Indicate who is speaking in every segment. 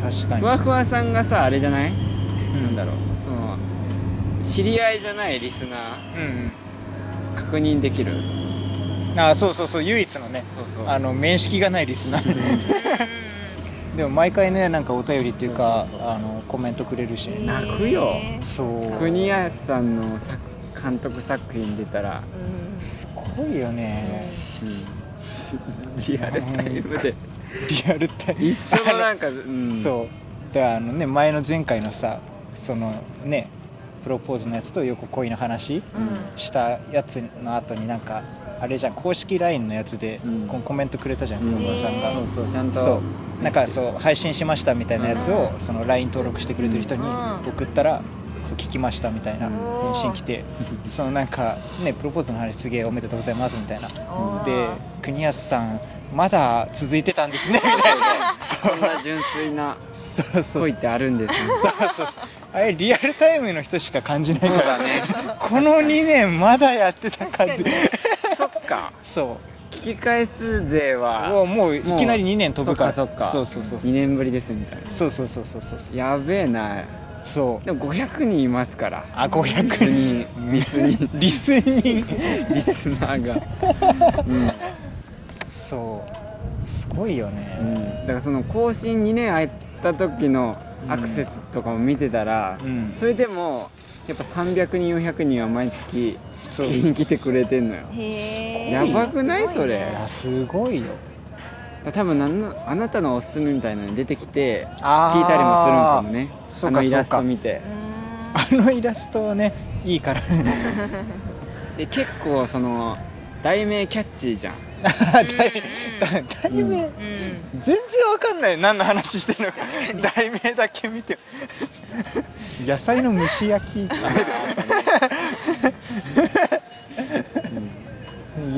Speaker 1: 確かに
Speaker 2: ふわふわさんがさあれじゃない、
Speaker 1: ん
Speaker 2: なんだろうその知り合いじゃないリスナー
Speaker 1: うん
Speaker 2: 確認できる
Speaker 1: うんあそうそうそう唯一のね
Speaker 2: そうそう
Speaker 1: あの面識がないリスナー でも毎回ねなんかお便りっていうか
Speaker 2: そうそうそう
Speaker 1: あのコメントくれるし
Speaker 2: 泣くよ
Speaker 1: そう
Speaker 2: 国安さんの作監督作品出たら、
Speaker 3: うん
Speaker 1: すごいよね
Speaker 2: うん、リアルタイムで
Speaker 1: リアルタイム
Speaker 2: 一緒 のなんか、うん、
Speaker 1: そうだからあのね前の前回のさそのねプロポーズのやつとよく恋の話
Speaker 3: うん
Speaker 1: したやつの後になんかあれじゃん公式 LINE のやつで、
Speaker 2: うん
Speaker 1: このコメントくれたじゃん
Speaker 2: う
Speaker 1: 小
Speaker 2: ん
Speaker 1: 川さんが、
Speaker 3: へー
Speaker 2: そうそうちゃんと
Speaker 1: そうなんかそう配信しましたみたいなやつを、
Speaker 3: うん
Speaker 1: その LINE 登録してくれてる人に
Speaker 3: うん
Speaker 1: 送ったら、そう聞きましたみたいな
Speaker 2: うん
Speaker 1: 返信来て、そのなんかねプロポーズの話すげえおめでとうございますみたいな
Speaker 3: おー
Speaker 1: で国安さんまだ続いてたんですねみたいなそ
Speaker 2: そんな純粋な
Speaker 1: そうそう
Speaker 2: 恋ってあるんですね
Speaker 1: そうそうそうあれリアルタイムの人しか感じないか
Speaker 2: そう
Speaker 1: ら
Speaker 2: だね
Speaker 1: この2年まだやってた感じ
Speaker 3: 確かに
Speaker 2: そっか
Speaker 1: そ
Speaker 2: 聞き返す勢
Speaker 1: う
Speaker 2: は
Speaker 1: もうもういきなり2年飛ぶから
Speaker 2: そっか
Speaker 1: そう
Speaker 2: そっか
Speaker 1: そうそうそ
Speaker 2: 2
Speaker 1: う
Speaker 2: 年ぶりですみたいな
Speaker 1: そうそうそうそうそう
Speaker 2: やべえな
Speaker 1: そう
Speaker 2: でも500人いますから
Speaker 1: あ500
Speaker 2: 人リス 人
Speaker 1: リスニング
Speaker 2: リスナーがうん、
Speaker 1: そうすごいよ
Speaker 2: う
Speaker 1: ね
Speaker 2: ん、だからその更新2年空いた時のアクセスとかも見てたら、
Speaker 1: うん
Speaker 2: それでもやっぱ300人400人は毎月
Speaker 1: そう
Speaker 2: 聞きに来てくれてんのよ
Speaker 3: へえ
Speaker 2: やばくないそ
Speaker 1: い
Speaker 2: れ
Speaker 1: やすごいよ
Speaker 2: 多分なんのあなたのおすすめみたいなの出てきて
Speaker 1: あー
Speaker 2: 聞いたりもするんかもね
Speaker 1: そう
Speaker 2: あ
Speaker 1: か
Speaker 2: のイラ
Speaker 1: そ
Speaker 2: ス
Speaker 1: う
Speaker 2: ト
Speaker 1: か
Speaker 2: 見て
Speaker 1: あのイラストはねいいから
Speaker 2: で結構その題名キャッチーじゃん
Speaker 1: だいだ題名
Speaker 3: うんうん
Speaker 1: 全然わかんない何の話してるのか題名だけ見て野菜の蒸し焼きい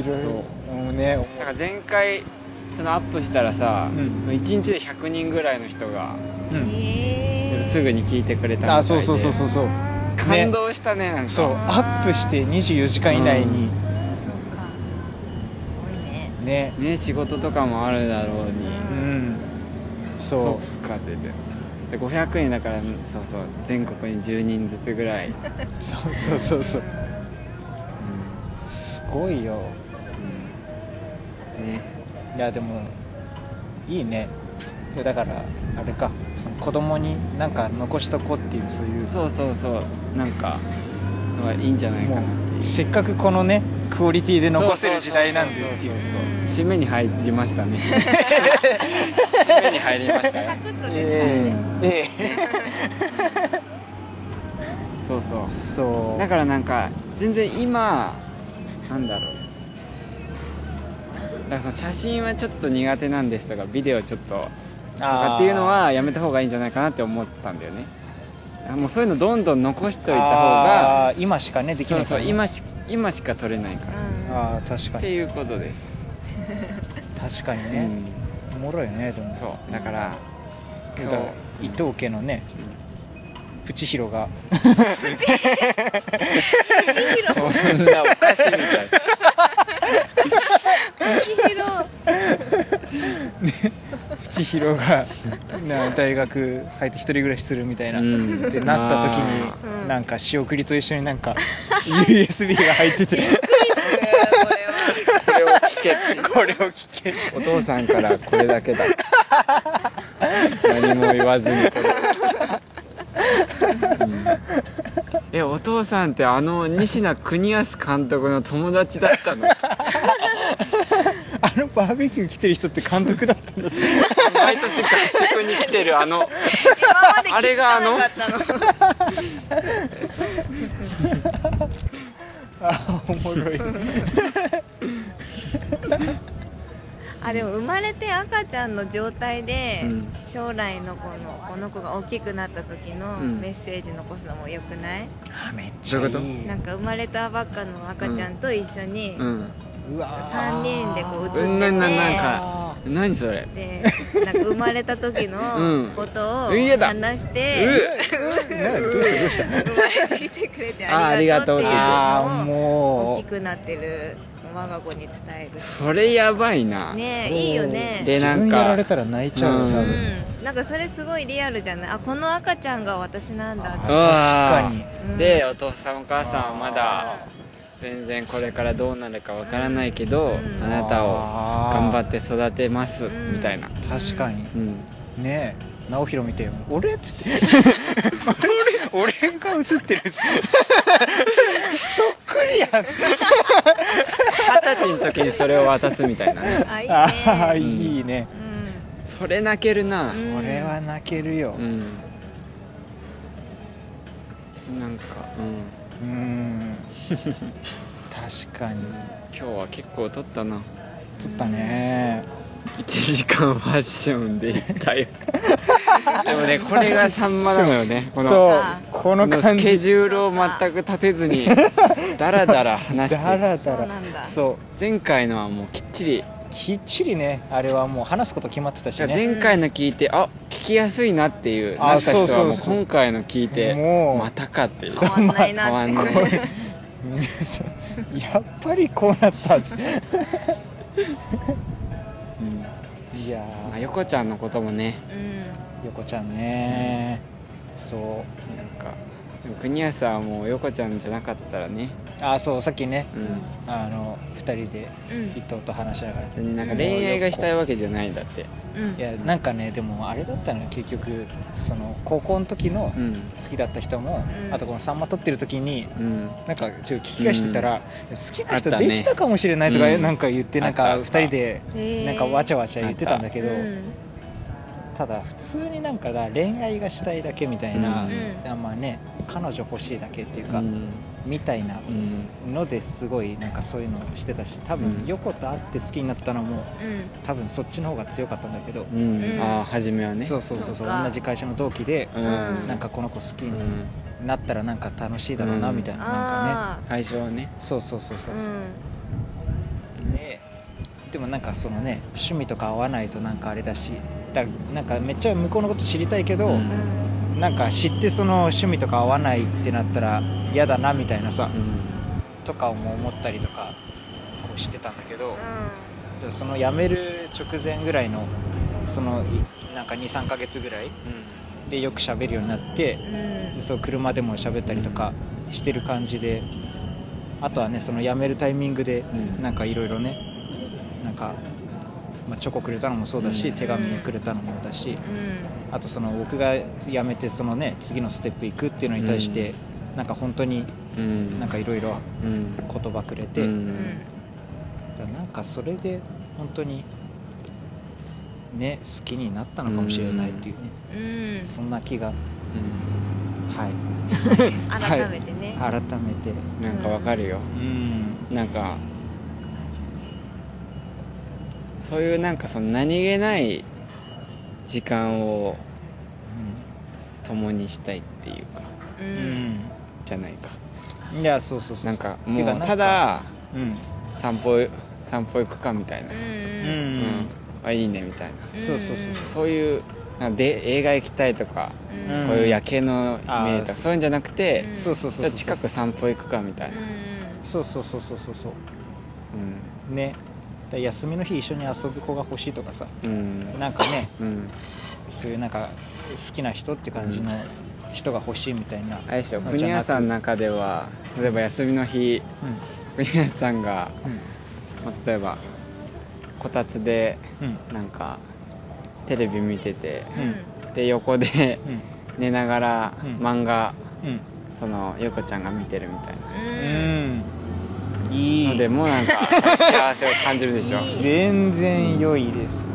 Speaker 1: ろいろもうね
Speaker 2: なんか前回そのアップしたらさ、
Speaker 1: うん
Speaker 2: 1日で100人ぐらいの人が
Speaker 1: うん
Speaker 3: へえ
Speaker 2: すぐに聞いてくれたみたいで
Speaker 1: あそうそうそうそうそう
Speaker 2: 感動したねなんか
Speaker 1: そうアップして24時間以内に
Speaker 3: そうか多いね
Speaker 1: ね
Speaker 2: ね仕事とかもあるだろ
Speaker 1: う
Speaker 2: うに、
Speaker 3: うん
Speaker 1: そ
Speaker 2: そっかって言ってで500人だからそうそう全国に10人ずつぐ らい、うん
Speaker 1: うそうそうそうそうすごいよ
Speaker 2: うんね
Speaker 1: いやでもいいねいやだからあれかその子供になんか残しとこうっていうそういう
Speaker 2: そうそうそうなんかのがいいんじゃないかな
Speaker 1: もうせっかくこのねクオリティで残せる時代なんで
Speaker 2: そうそう
Speaker 1: っ
Speaker 2: そ
Speaker 1: て
Speaker 2: う
Speaker 1: いう
Speaker 2: そう 締めに入りましたね締めに入りました
Speaker 3: サ
Speaker 2: ね
Speaker 3: クッとですね
Speaker 1: えええ
Speaker 2: そうそ
Speaker 1: え
Speaker 2: う
Speaker 1: そう
Speaker 2: だからなんか全然今なんだろうだからその写真はちょっと苦手なんですとかビデオちょっとと
Speaker 1: あー
Speaker 2: かっていうのはやめた方がいいんじゃないかなって思ったんだよねあもうそういうのどんどん残しといた方
Speaker 1: あ
Speaker 2: が
Speaker 1: ー今しかねでき
Speaker 2: そ
Speaker 1: な
Speaker 2: う
Speaker 1: いか
Speaker 2: そ
Speaker 1: ら
Speaker 2: う
Speaker 1: ね
Speaker 2: 今し今しか撮れないから、
Speaker 1: あー確か
Speaker 2: って
Speaker 1: に
Speaker 2: いうことです、
Speaker 1: 確かにね、おもろいよねでも
Speaker 2: うん、そうだから
Speaker 1: だから伊藤家のねプチヒロが
Speaker 2: こんなお菓子みたい
Speaker 3: うん黄色
Speaker 1: ねプチヒロがな大学入って一人暮らしするみたいな、
Speaker 2: うん
Speaker 1: ってなった時
Speaker 3: う
Speaker 1: に
Speaker 3: ん
Speaker 1: なんか仕送りと一緒になんか USB が入ってて
Speaker 3: これは
Speaker 2: これ
Speaker 1: これ
Speaker 2: を聞け
Speaker 1: を聞け
Speaker 2: お父さんからこれだけだ何も言わずにこれ、うんえお父さんってあの西名邦康監督の友達だった の
Speaker 1: あのバーベキュー来てる人って監督だったんだって
Speaker 2: 毎年合宿に来てるあの
Speaker 3: 今
Speaker 2: あ
Speaker 3: まで
Speaker 2: れがあの
Speaker 3: 聞かなかったの
Speaker 1: あおも ろい
Speaker 3: あでも生まれて赤ちゃんの状態で、
Speaker 2: うん
Speaker 3: 将来のこのこの子が大きくなった時の
Speaker 2: うん
Speaker 3: メッセージ残すのもよくない、
Speaker 1: あめっちゃいい
Speaker 2: どうい
Speaker 3: なんか生まれたばっかの赤ちゃんと一緒に、
Speaker 2: うん
Speaker 1: うわ
Speaker 3: 三人でこう写って
Speaker 2: う
Speaker 3: て
Speaker 2: んなななんか何それ
Speaker 3: でなんか生まれた時の
Speaker 2: うん
Speaker 3: ことを
Speaker 2: ういえだ
Speaker 3: 話し
Speaker 2: う
Speaker 3: て、
Speaker 1: などうしたどうした
Speaker 3: 生まれてきてくれて
Speaker 2: あー
Speaker 3: ありがとうっていう
Speaker 1: あー
Speaker 3: のを
Speaker 1: も
Speaker 3: 大きくなってる我が子に伝える
Speaker 2: それやばいな、
Speaker 3: ね
Speaker 1: う
Speaker 3: えいいよね
Speaker 2: でなん
Speaker 1: 自
Speaker 2: か
Speaker 1: 分やられたら泣いちゃうよ
Speaker 2: うん
Speaker 1: 多
Speaker 3: う
Speaker 1: 分
Speaker 3: んなんかそれすごいリアルじゃないあこの赤ちゃんが私なんだって
Speaker 1: あ
Speaker 2: あー
Speaker 1: 確
Speaker 3: かに
Speaker 2: で
Speaker 3: うん
Speaker 2: お父さんお母さんはまだ全然これからどうなるかわからないけど、
Speaker 3: うん
Speaker 2: あなたを頑張って育てます、
Speaker 3: うん
Speaker 2: みたいな、
Speaker 1: 確かに
Speaker 2: うん、
Speaker 1: ねえ直弘見て「俺?」っつって 「俺俺が映ってる」っつって「そっくりやん」っつって
Speaker 2: 二十歳の時にそれを渡すみたい なね
Speaker 3: あいいね
Speaker 1: あーいいね
Speaker 3: う
Speaker 2: それ泣けるな
Speaker 3: うん
Speaker 1: これは泣けるよう
Speaker 2: う、
Speaker 1: ん
Speaker 2: なんかうん
Speaker 1: ーん確かに
Speaker 2: 今日は結構撮ったな
Speaker 1: 撮ったね
Speaker 2: 1時間ファッションでいったよでもねこれ がサンマなのよねこの
Speaker 1: そう
Speaker 3: あ
Speaker 1: この感
Speaker 2: スケ
Speaker 1: じ
Speaker 2: ジュールを全く立て ずにダラダラ話して
Speaker 1: だら
Speaker 3: そう
Speaker 1: だ
Speaker 3: なん
Speaker 1: ら
Speaker 3: だ、
Speaker 1: そう
Speaker 2: 前回のはもうきっちり、
Speaker 1: きっちりねあれはもう話すこと決まってたしね
Speaker 2: 前回の聞いてあ聞きやすいなっていう
Speaker 1: あ
Speaker 2: なった人はもう
Speaker 1: そうそうそう
Speaker 2: 今回の聞いて
Speaker 1: もう
Speaker 2: またかっていうん
Speaker 3: 変わんないな
Speaker 2: 変わんな
Speaker 3: っ
Speaker 2: い
Speaker 3: て
Speaker 1: ね そうやっぱりこうなったっつって
Speaker 2: うん
Speaker 1: いや
Speaker 2: まあ
Speaker 1: ー
Speaker 2: 横ちゃんのこともね
Speaker 3: うん
Speaker 1: 横ちゃんねそう
Speaker 2: なんかでも国安さんはもう横ちゃんじゃなかったらね
Speaker 1: あそうさっきね
Speaker 2: うん
Speaker 1: あの2人で
Speaker 3: うん
Speaker 1: 伊藤と話しながら
Speaker 2: 別になんか恋愛がしたいわけじゃないんだって
Speaker 3: うん
Speaker 1: いやなんかねでもあれだったのよ結局その高校の時の
Speaker 2: うん
Speaker 1: 好きだった人も、
Speaker 3: うん
Speaker 1: あとこのさんま撮ってる時に
Speaker 2: うん
Speaker 1: なんかちょっと聞き返してたら、好きな人
Speaker 2: あったね
Speaker 1: できたかもしれないとか
Speaker 2: うん
Speaker 1: なんか言って、
Speaker 2: あ
Speaker 1: な
Speaker 2: っ
Speaker 1: ん
Speaker 2: た
Speaker 1: か
Speaker 2: あっ
Speaker 1: 2
Speaker 2: た
Speaker 1: 人でなんかわちゃわちゃ言ってたんだけど、
Speaker 3: うん
Speaker 1: ただ普通になんかだ恋愛がしたいだけみたいな、
Speaker 2: うん
Speaker 3: うん
Speaker 1: あんまね彼女欲しいだけっていうか、
Speaker 2: うん
Speaker 1: みたいな
Speaker 2: うん
Speaker 1: のですごいなんかそういうのをしてたし多
Speaker 2: う
Speaker 1: 分
Speaker 2: ん
Speaker 1: 横と会って好きになったのも
Speaker 3: うん
Speaker 1: 多分そっちの方が強かったんだけど、
Speaker 2: うん
Speaker 3: うん
Speaker 2: ああ初めはね
Speaker 1: そうそうそう
Speaker 3: そ
Speaker 1: そうう
Speaker 3: か
Speaker 1: 同じ会社の同期で、
Speaker 2: うん
Speaker 1: なんかこの子好き
Speaker 2: う
Speaker 1: に
Speaker 2: ん
Speaker 1: なったらなんか楽しいだろうな
Speaker 2: うん
Speaker 1: みたいな,、なんかね
Speaker 3: あ
Speaker 2: 最初はね
Speaker 1: そうそうそうそ
Speaker 3: あ
Speaker 1: う
Speaker 3: う、ん
Speaker 1: ででもなんかそのね趣味とか合わないとなんかあれだしだなんかめっちゃ向こうのこと知りたいけど、
Speaker 2: うん
Speaker 1: なんか知ってその趣味とか合わないってなったら嫌だなみたいなさ、
Speaker 2: うん
Speaker 1: とかも思ったりとかこうしてたんだけど、
Speaker 3: う
Speaker 1: その辞める直前ぐらいのそのいなんか23ヶ月ぐらいでよく喋るようになって
Speaker 3: んうん
Speaker 1: でそう車でも喋ったりとかしてる感じであとはねその辞めるタイミングで
Speaker 2: うん
Speaker 1: なんかいろいろねなんか、まあ、チョコくれたのもそうだし、
Speaker 2: うん
Speaker 1: 手紙くれたのもだし、
Speaker 3: う
Speaker 1: あとその僕が辞めてそのね次のステップ行くっていうのに対して、なんか本当に
Speaker 2: うん
Speaker 1: なんかいろいろ
Speaker 2: うん
Speaker 1: 言葉くれて、
Speaker 2: うん
Speaker 3: ん
Speaker 1: だからなんかそれで本当にね好きになったのかもしれないっていうね、
Speaker 3: うん
Speaker 1: そんな気がはい
Speaker 3: 改めてね
Speaker 1: 改めて
Speaker 2: うんなんかわかるよ
Speaker 1: うん
Speaker 2: なんかそういうなんかその何気ない時間を共にしたいっていうか
Speaker 3: う
Speaker 1: うんん、
Speaker 2: じゃないか
Speaker 1: うん、いやそうそうそうそう
Speaker 2: なんか
Speaker 1: て
Speaker 2: も
Speaker 1: か
Speaker 2: う
Speaker 1: なんか
Speaker 2: ただ
Speaker 1: うん、
Speaker 2: 散歩散歩行くかみたいな
Speaker 3: う
Speaker 1: うんん
Speaker 2: あいいねみたいな
Speaker 3: うん
Speaker 1: そうそうそうそ
Speaker 2: そういうなんかで映画行きたいとか、
Speaker 3: うん
Speaker 1: うん
Speaker 2: こういう夜景の
Speaker 1: あ
Speaker 2: 見え
Speaker 1: ー
Speaker 2: るとかそういうんじゃなくて、
Speaker 3: うん
Speaker 1: そうそう
Speaker 2: ち
Speaker 1: そ
Speaker 2: ょ
Speaker 1: う
Speaker 2: っと近く散歩行くかみたいな、
Speaker 1: そうそうそうそうそうそう
Speaker 2: うん
Speaker 1: ねだから休みの日一緒に遊ぶ子が欲しいとかさ
Speaker 2: うん
Speaker 1: なんか ね
Speaker 2: うん、
Speaker 1: そういうなんか好きな人って感じの人が欲しいみたいな
Speaker 2: あれでしょ
Speaker 1: の
Speaker 2: 国
Speaker 1: じゃな
Speaker 2: 屋
Speaker 1: く
Speaker 2: さんの中では例えば休みの日国屋さんがまあ例えばこたつで
Speaker 1: うんうん
Speaker 2: なんかテレビ見てて、
Speaker 3: うん
Speaker 2: で横で
Speaker 1: うん
Speaker 2: 寝ながら
Speaker 1: うん
Speaker 2: 漫画、
Speaker 1: うん
Speaker 2: その横ちゃんが見てるみたいな
Speaker 1: うんい
Speaker 2: のでも うなんか幸せを感じるでしょ
Speaker 1: 全然良いです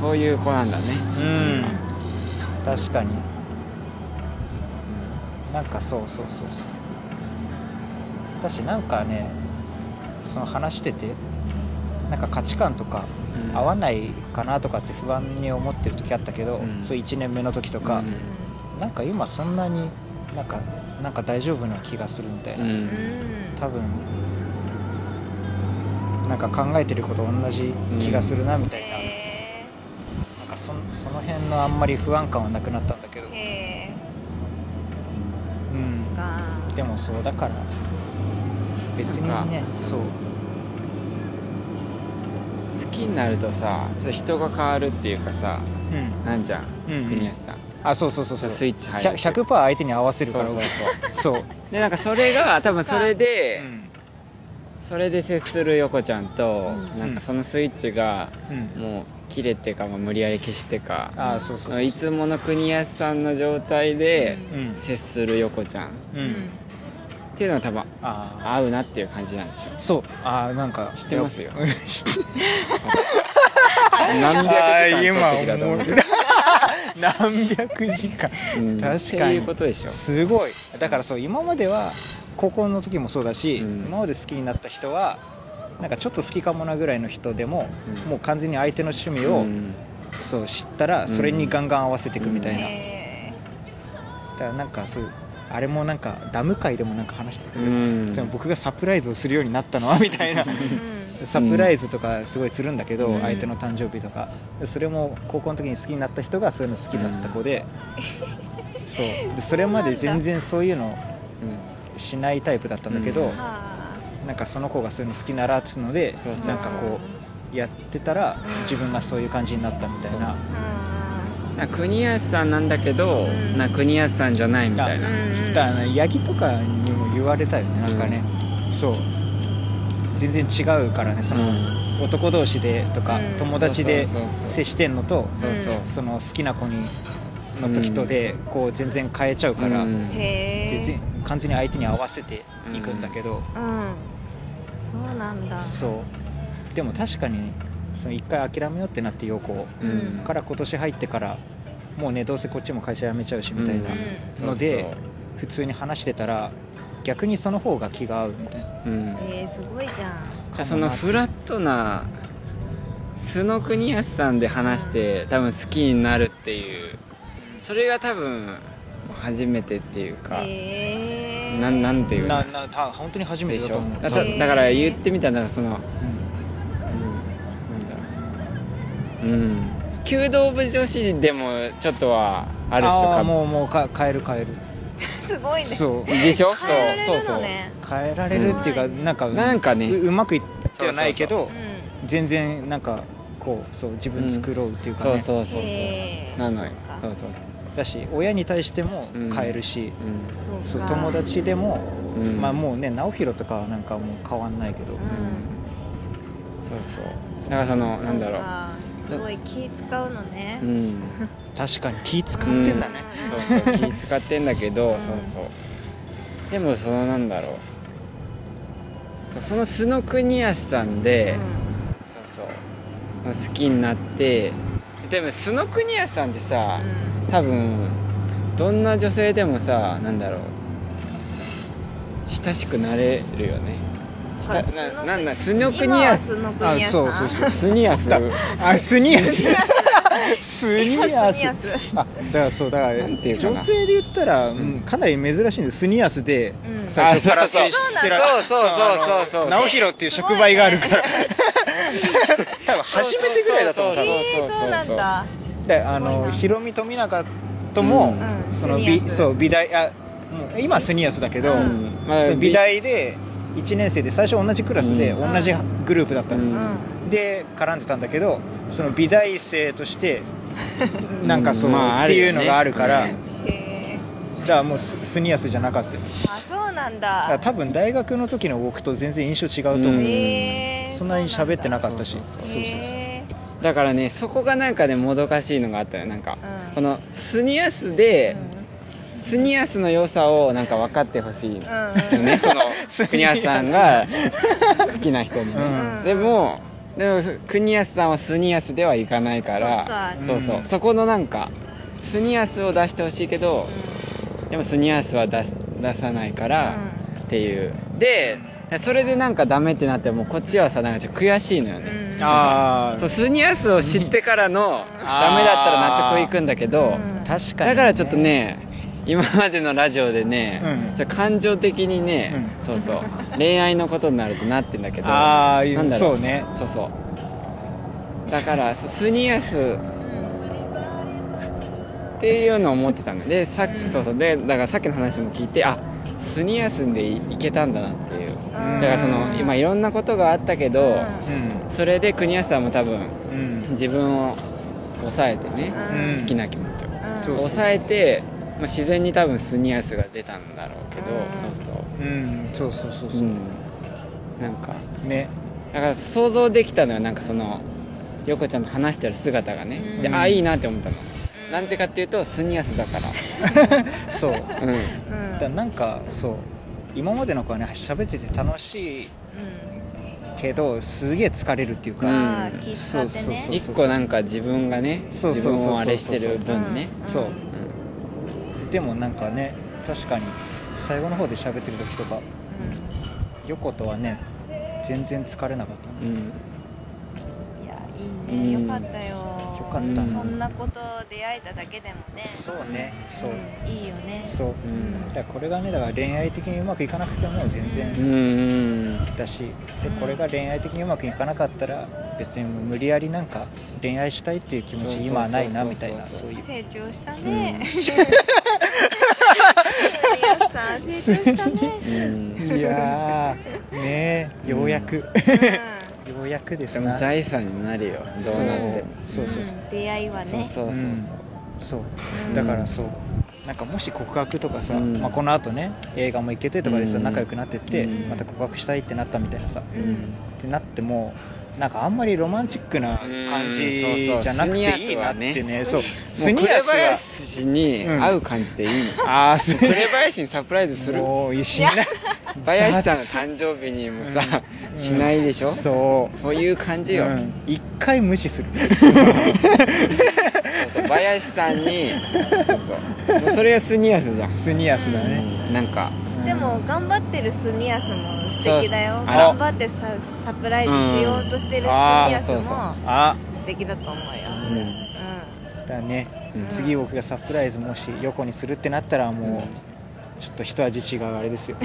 Speaker 2: そういう子なんだね
Speaker 1: うん確かになんかそうそうそうそう私なんかねその話しててなんか価値観とか
Speaker 2: うん
Speaker 1: 合わないかなとかって不安に思ってる時あったけど、
Speaker 2: うん
Speaker 1: そう1年目の時とか、
Speaker 2: うん
Speaker 1: なんか今そんなになんかなんか大丈夫な気がするみたいな、
Speaker 2: うん
Speaker 1: 多分なんか考えてること同じ気がするなみたいな、なんかそその辺のあんまり不安感はなくなったんだけど、
Speaker 3: へ
Speaker 1: うん、でもそうだから別にねそう
Speaker 2: 好きになるとさちょっと人が変わるっていうかさ
Speaker 1: うん
Speaker 2: なんじゃん、
Speaker 1: うんうん
Speaker 2: 国安さん
Speaker 1: あそうそうそうそう
Speaker 2: スイッチ入る
Speaker 1: 100%相手に合わせるから
Speaker 2: そうそう
Speaker 1: そうそう
Speaker 2: でなんかそ れが多分それで、
Speaker 1: うん
Speaker 2: それで接する横ちゃんと、
Speaker 1: ん
Speaker 2: なんかそのスイッチが、
Speaker 1: うん
Speaker 2: もう切れてか、まあ、無理やり消してか
Speaker 1: あそうそうそう
Speaker 2: いつもの国安さんの状態で
Speaker 1: うん
Speaker 2: 接する横ちゃんっ
Speaker 1: うん、
Speaker 2: ていうのが多分
Speaker 1: あ
Speaker 2: 合うなっていう感じな んでしょ
Speaker 1: あそうああなんか
Speaker 2: 知ってますよ
Speaker 1: うん知って
Speaker 2: 何百時間撮ってきたと思うけ
Speaker 1: あ
Speaker 2: ど
Speaker 1: ー今思う 何百時間、
Speaker 2: うん
Speaker 1: 確
Speaker 2: って
Speaker 1: かに
Speaker 2: いうことでしょ
Speaker 1: すごいだからそう今までは高校の時もそうだし、
Speaker 2: うん
Speaker 1: 今まで好きになった人はなんかちょっと好きかもなぐらいの人でも、
Speaker 2: うん
Speaker 1: もう完全に相手の趣味を、
Speaker 2: うん
Speaker 1: そう知ったらそれにガンガン合わせていくみたいな、
Speaker 3: え
Speaker 1: だからなんかそうあれもなんかダム界でもなんか話してたけど、
Speaker 2: うん
Speaker 1: でも僕がサプライズをするようになったのはみたい な
Speaker 3: ーうん
Speaker 1: サプライズとかすごいするんだけど、
Speaker 2: うん
Speaker 1: 相手の誕生日とかそれも高校の時に好きになった人がそういうの好きだった子で、 そうでそれまで全然そういうの
Speaker 2: うん
Speaker 1: しないタイプだったんだけど、
Speaker 2: うん
Speaker 3: はあ
Speaker 1: なんかその子がそういうの好きならっつうので
Speaker 2: そうそうそう
Speaker 1: なんかこうやってたら
Speaker 3: うん
Speaker 1: 自分がそういう感じになったみたいな、
Speaker 3: うん
Speaker 2: なんか国安さんなんだけど、
Speaker 3: うん
Speaker 2: なんか国安さんじゃないみたいな、
Speaker 1: あ
Speaker 3: うん
Speaker 1: だからヤギとかにも言われたよねなんかね、そう全然違うからねその、
Speaker 2: うん
Speaker 1: 男同士でとか、
Speaker 3: うん
Speaker 1: 友達で
Speaker 2: そうそうそうそう
Speaker 1: 接してんのと
Speaker 2: そうそう
Speaker 3: うん
Speaker 1: その好きな子にの時とでこう全然変えちゃうから、
Speaker 2: うん
Speaker 1: で
Speaker 3: へ
Speaker 1: ぜ
Speaker 3: え
Speaker 1: 完全に相手に合わせていくんだけど、
Speaker 3: うんそうなんだ
Speaker 1: そうでも確かにその一回諦めようってなって陽子
Speaker 2: うん
Speaker 3: うん
Speaker 1: から今年入ってからもうねどうせこっちも会社辞めちゃうしみたいな
Speaker 2: うん
Speaker 1: ので、
Speaker 2: そうそう
Speaker 1: 普通に話してたら逆にその方が気が合うみたいな
Speaker 2: うん
Speaker 3: えー、すごいじゃん
Speaker 1: かもな
Speaker 2: そのフラットな素の国安さんで話して、多分好きになるっていうそれが多分初めてっていうか、
Speaker 3: えー、
Speaker 2: なんなんていう
Speaker 1: な
Speaker 2: の
Speaker 1: なた本当に初め
Speaker 2: で
Speaker 1: てだ
Speaker 2: し
Speaker 1: と
Speaker 2: ょ
Speaker 1: 思う
Speaker 2: だ
Speaker 1: 多
Speaker 2: か
Speaker 1: 分
Speaker 2: だから言ってみたらその、
Speaker 1: うん
Speaker 2: うん、なんだろううん弓道部女子でもちょっとはあるっしょ
Speaker 1: ー
Speaker 2: か
Speaker 1: もうもうか変える変える
Speaker 3: すごいね
Speaker 1: そう
Speaker 2: でしょ
Speaker 3: 変え
Speaker 2: そうそ
Speaker 3: られるの
Speaker 2: うそう
Speaker 3: ね
Speaker 1: 変えられるっていうか
Speaker 3: うん
Speaker 1: なんか
Speaker 2: なんかね
Speaker 1: ううまくいってはないけど
Speaker 3: う
Speaker 1: 全然なんかこうそう自分作ろうっていうかね、
Speaker 2: そうそうそう
Speaker 3: へ
Speaker 2: そうな
Speaker 3: ー
Speaker 2: のよ
Speaker 3: そっか
Speaker 2: そうそうそう
Speaker 1: だし親に対しても
Speaker 2: うん
Speaker 1: 変えるし、
Speaker 2: うん
Speaker 3: ん
Speaker 1: そ
Speaker 3: そううか
Speaker 1: 友達でも、
Speaker 2: うん
Speaker 1: まあもうね直弘とかはなんかもう変わんないけど、
Speaker 3: うん
Speaker 2: そうそうだからそのなんだろ
Speaker 3: そうかすごい気使うのね
Speaker 2: ううん
Speaker 1: 確かに気使っ
Speaker 3: うん
Speaker 1: てんだね、
Speaker 2: うんそうそう気使ってんだけど、
Speaker 3: うん
Speaker 2: そうそうでもそのなんだろうそうその素の国安さんで、そうそう好きになってでも素の国安さんってさ、多分どんな女性でもさなんだろう親しくなれるよねしたななんだ素の国
Speaker 3: や
Speaker 2: 安
Speaker 3: すの
Speaker 1: あ
Speaker 3: 国やさん
Speaker 1: そうそうそう
Speaker 2: スニアス
Speaker 1: だあスニア ススニアス
Speaker 3: スニアス
Speaker 1: あだからそうだか
Speaker 2: なんてい
Speaker 1: ら
Speaker 2: うかな
Speaker 1: 女性で言ったら、
Speaker 2: ん
Speaker 1: うんかなり珍しいんですスニアスで
Speaker 3: うん
Speaker 1: 最初から接してら
Speaker 2: あそうそうそうそうそうそうそう
Speaker 1: あの直弘っていう触媒があるから多分初めてぐらいだと思う多分
Speaker 2: そう
Speaker 3: えー、そうなんだ
Speaker 1: であ
Speaker 3: すごい
Speaker 1: の
Speaker 3: な
Speaker 1: ヒロミ富永とも、
Speaker 2: うん
Speaker 3: うん
Speaker 1: その
Speaker 3: スニ
Speaker 1: 美
Speaker 3: アス
Speaker 1: そう美大あもう今はスニアスだけど、
Speaker 3: うん
Speaker 2: まあ
Speaker 1: そう
Speaker 2: 美
Speaker 1: 美大で1年生で最初同じクラスで
Speaker 2: うん
Speaker 1: 同じグループだったの、
Speaker 2: う
Speaker 3: うん
Speaker 2: ん
Speaker 1: で絡んでたんだけどその美大生として
Speaker 2: うん
Speaker 1: なんかそう、
Speaker 2: まあ
Speaker 1: っていう
Speaker 2: あ
Speaker 1: の
Speaker 2: るよね
Speaker 1: があるから、
Speaker 2: うん
Speaker 3: へ
Speaker 1: じゃあもうススニアスじゃなかったよ
Speaker 3: ーあそうなん
Speaker 1: だから
Speaker 3: だ
Speaker 1: 多分大学の時の僕と全然印象違うと思う、
Speaker 2: うん
Speaker 3: へー
Speaker 1: そんなに喋ってなかったし
Speaker 2: そうな
Speaker 1: そ
Speaker 2: んだ
Speaker 1: うそうそう
Speaker 3: へー
Speaker 2: だからねそこがなんかねもどかしいのがあったよなんか、
Speaker 3: うん
Speaker 2: このスニアスで、スニアスの良さをなんか分かってほしいの、
Speaker 3: うん
Speaker 2: ねそ の国安さんが好きな人にね、
Speaker 1: うん
Speaker 2: でもでも国安さんはスニアスではいかないから
Speaker 3: そっか
Speaker 2: うそう、
Speaker 1: うん
Speaker 2: そこのなんかスニアスを出してほしいけど、でもスニアスは出す出さないから、
Speaker 3: う
Speaker 2: っていうでそれでなんかダメってなってもこっちはさなんかちょっと悔しいのよね、
Speaker 3: うん
Speaker 1: ああ
Speaker 2: そうスニアスを知ってからの
Speaker 3: うん
Speaker 2: ダメだったら納得いくんだけど、
Speaker 3: う
Speaker 1: 確
Speaker 3: ん
Speaker 1: かにね
Speaker 2: だからちょっとね今までのラジオでね、
Speaker 1: うん
Speaker 2: ちょっと感情的にね、
Speaker 1: う
Speaker 2: そうそう恋愛のことになるとなってんだけど
Speaker 1: あー
Speaker 2: なんだろ
Speaker 1: そうね
Speaker 2: そうそうだからそうスニアスっていうのを思ってたんでさっきそうそうでだからさっきの話も聞いてあスニアスでいいけたんだなっていうだからその今いろんなことがあったけど、
Speaker 3: うん
Speaker 1: う
Speaker 2: それで国安さんも多分
Speaker 1: んうん
Speaker 2: 自分を抑えてね、
Speaker 1: うん
Speaker 2: 好きな気持ちを、
Speaker 3: うん
Speaker 1: そうそう
Speaker 2: 抑えて、まあ、自然に多分スニアスが出たんだろうけど、
Speaker 3: うん
Speaker 2: そうそう
Speaker 1: うんそうそうそうそうう、
Speaker 2: んなんか
Speaker 1: ね
Speaker 2: だから想像できたのよなんかそのヨコちゃんと話してる姿がね、で
Speaker 1: うん
Speaker 2: ああいいなって思ったの、
Speaker 3: うん
Speaker 2: なんてかっていうとスニアスだから
Speaker 1: そう
Speaker 2: うん
Speaker 3: うん
Speaker 1: だからなんかそう今までの子はね喋ってて楽しいけどすげえ疲れるっていう
Speaker 3: うん、
Speaker 1: か、
Speaker 3: ああ
Speaker 2: うん
Speaker 3: 気使ってね
Speaker 1: そうそうそう
Speaker 2: 一個なんか自分がね
Speaker 1: そう
Speaker 2: 自
Speaker 1: そうそうそう
Speaker 2: 分をあれしてる分ね
Speaker 3: うん
Speaker 1: そう
Speaker 2: うん
Speaker 1: でもなんかね確かに最後の方で喋ってる時とか横とはね全然疲れなかったね、
Speaker 2: うん
Speaker 3: うんいやいいね、
Speaker 2: うん
Speaker 3: よかったよよ
Speaker 1: かった
Speaker 3: そんなこと出会えただけでもね
Speaker 1: そうねそう、
Speaker 3: うんいいよね
Speaker 1: そう、
Speaker 2: うん
Speaker 1: だからこれがねだから恋愛的にうまくいかなくても全
Speaker 2: う
Speaker 1: 然
Speaker 2: ん
Speaker 1: だし、で
Speaker 3: うん
Speaker 1: これが恋愛的にうまくいかなかったら別にもう無理やりなんか恋愛したいっていう気持
Speaker 2: そうそうそう
Speaker 1: ち
Speaker 2: そう
Speaker 1: 今はないなみたいなそういう
Speaker 3: 成長した ね、
Speaker 2: うん
Speaker 3: スニアさん成長したね
Speaker 2: うん
Speaker 1: いやー ねえようやく、
Speaker 3: う
Speaker 1: ようやくです
Speaker 2: でも
Speaker 1: な
Speaker 2: 財産になるよどうなっても
Speaker 1: そうそうそうん
Speaker 3: 出会いはね
Speaker 2: そうそうそうそう
Speaker 1: そう
Speaker 3: うん
Speaker 1: だからそうなんかもし告白とかさ、
Speaker 2: うん
Speaker 1: まあ、このあとね映画も行けてとかでさ、
Speaker 2: うん
Speaker 1: 仲良くなってって、
Speaker 2: うん
Speaker 1: また告白したいってなったみたいなさ、
Speaker 3: うん
Speaker 1: ってなってもなんかあんまりロマンチックな感じじゃなくていいなってね、
Speaker 2: うん
Speaker 1: そう
Speaker 2: も
Speaker 1: ス
Speaker 2: う
Speaker 1: ニ
Speaker 2: 紅
Speaker 1: アスは
Speaker 2: 林に会う感じでいいの
Speaker 1: ああす
Speaker 2: 紅林にサプライズする
Speaker 1: もういい しない
Speaker 2: 林さんの誕生日にもさ
Speaker 1: うん
Speaker 2: しないでしょそう
Speaker 1: そう
Speaker 2: いう感じよ
Speaker 1: うん一回無視する
Speaker 2: そうそ う林さんにそうそうもうそれがスニアスじゃん
Speaker 1: スニアスだね、
Speaker 2: うんなんか
Speaker 1: うん
Speaker 3: でも頑張ってるスニアスも素敵だよ
Speaker 2: そうあら
Speaker 3: 頑張ってさサプライズしようとしてるスニアス
Speaker 2: うんあー
Speaker 3: も
Speaker 1: あ
Speaker 3: 素敵だと思うよ
Speaker 2: う
Speaker 3: うん
Speaker 2: ん
Speaker 1: だね、
Speaker 2: うん
Speaker 1: 次僕がサプライズもし横にするってなったらもう、ちょっと一味違うあれ ですよ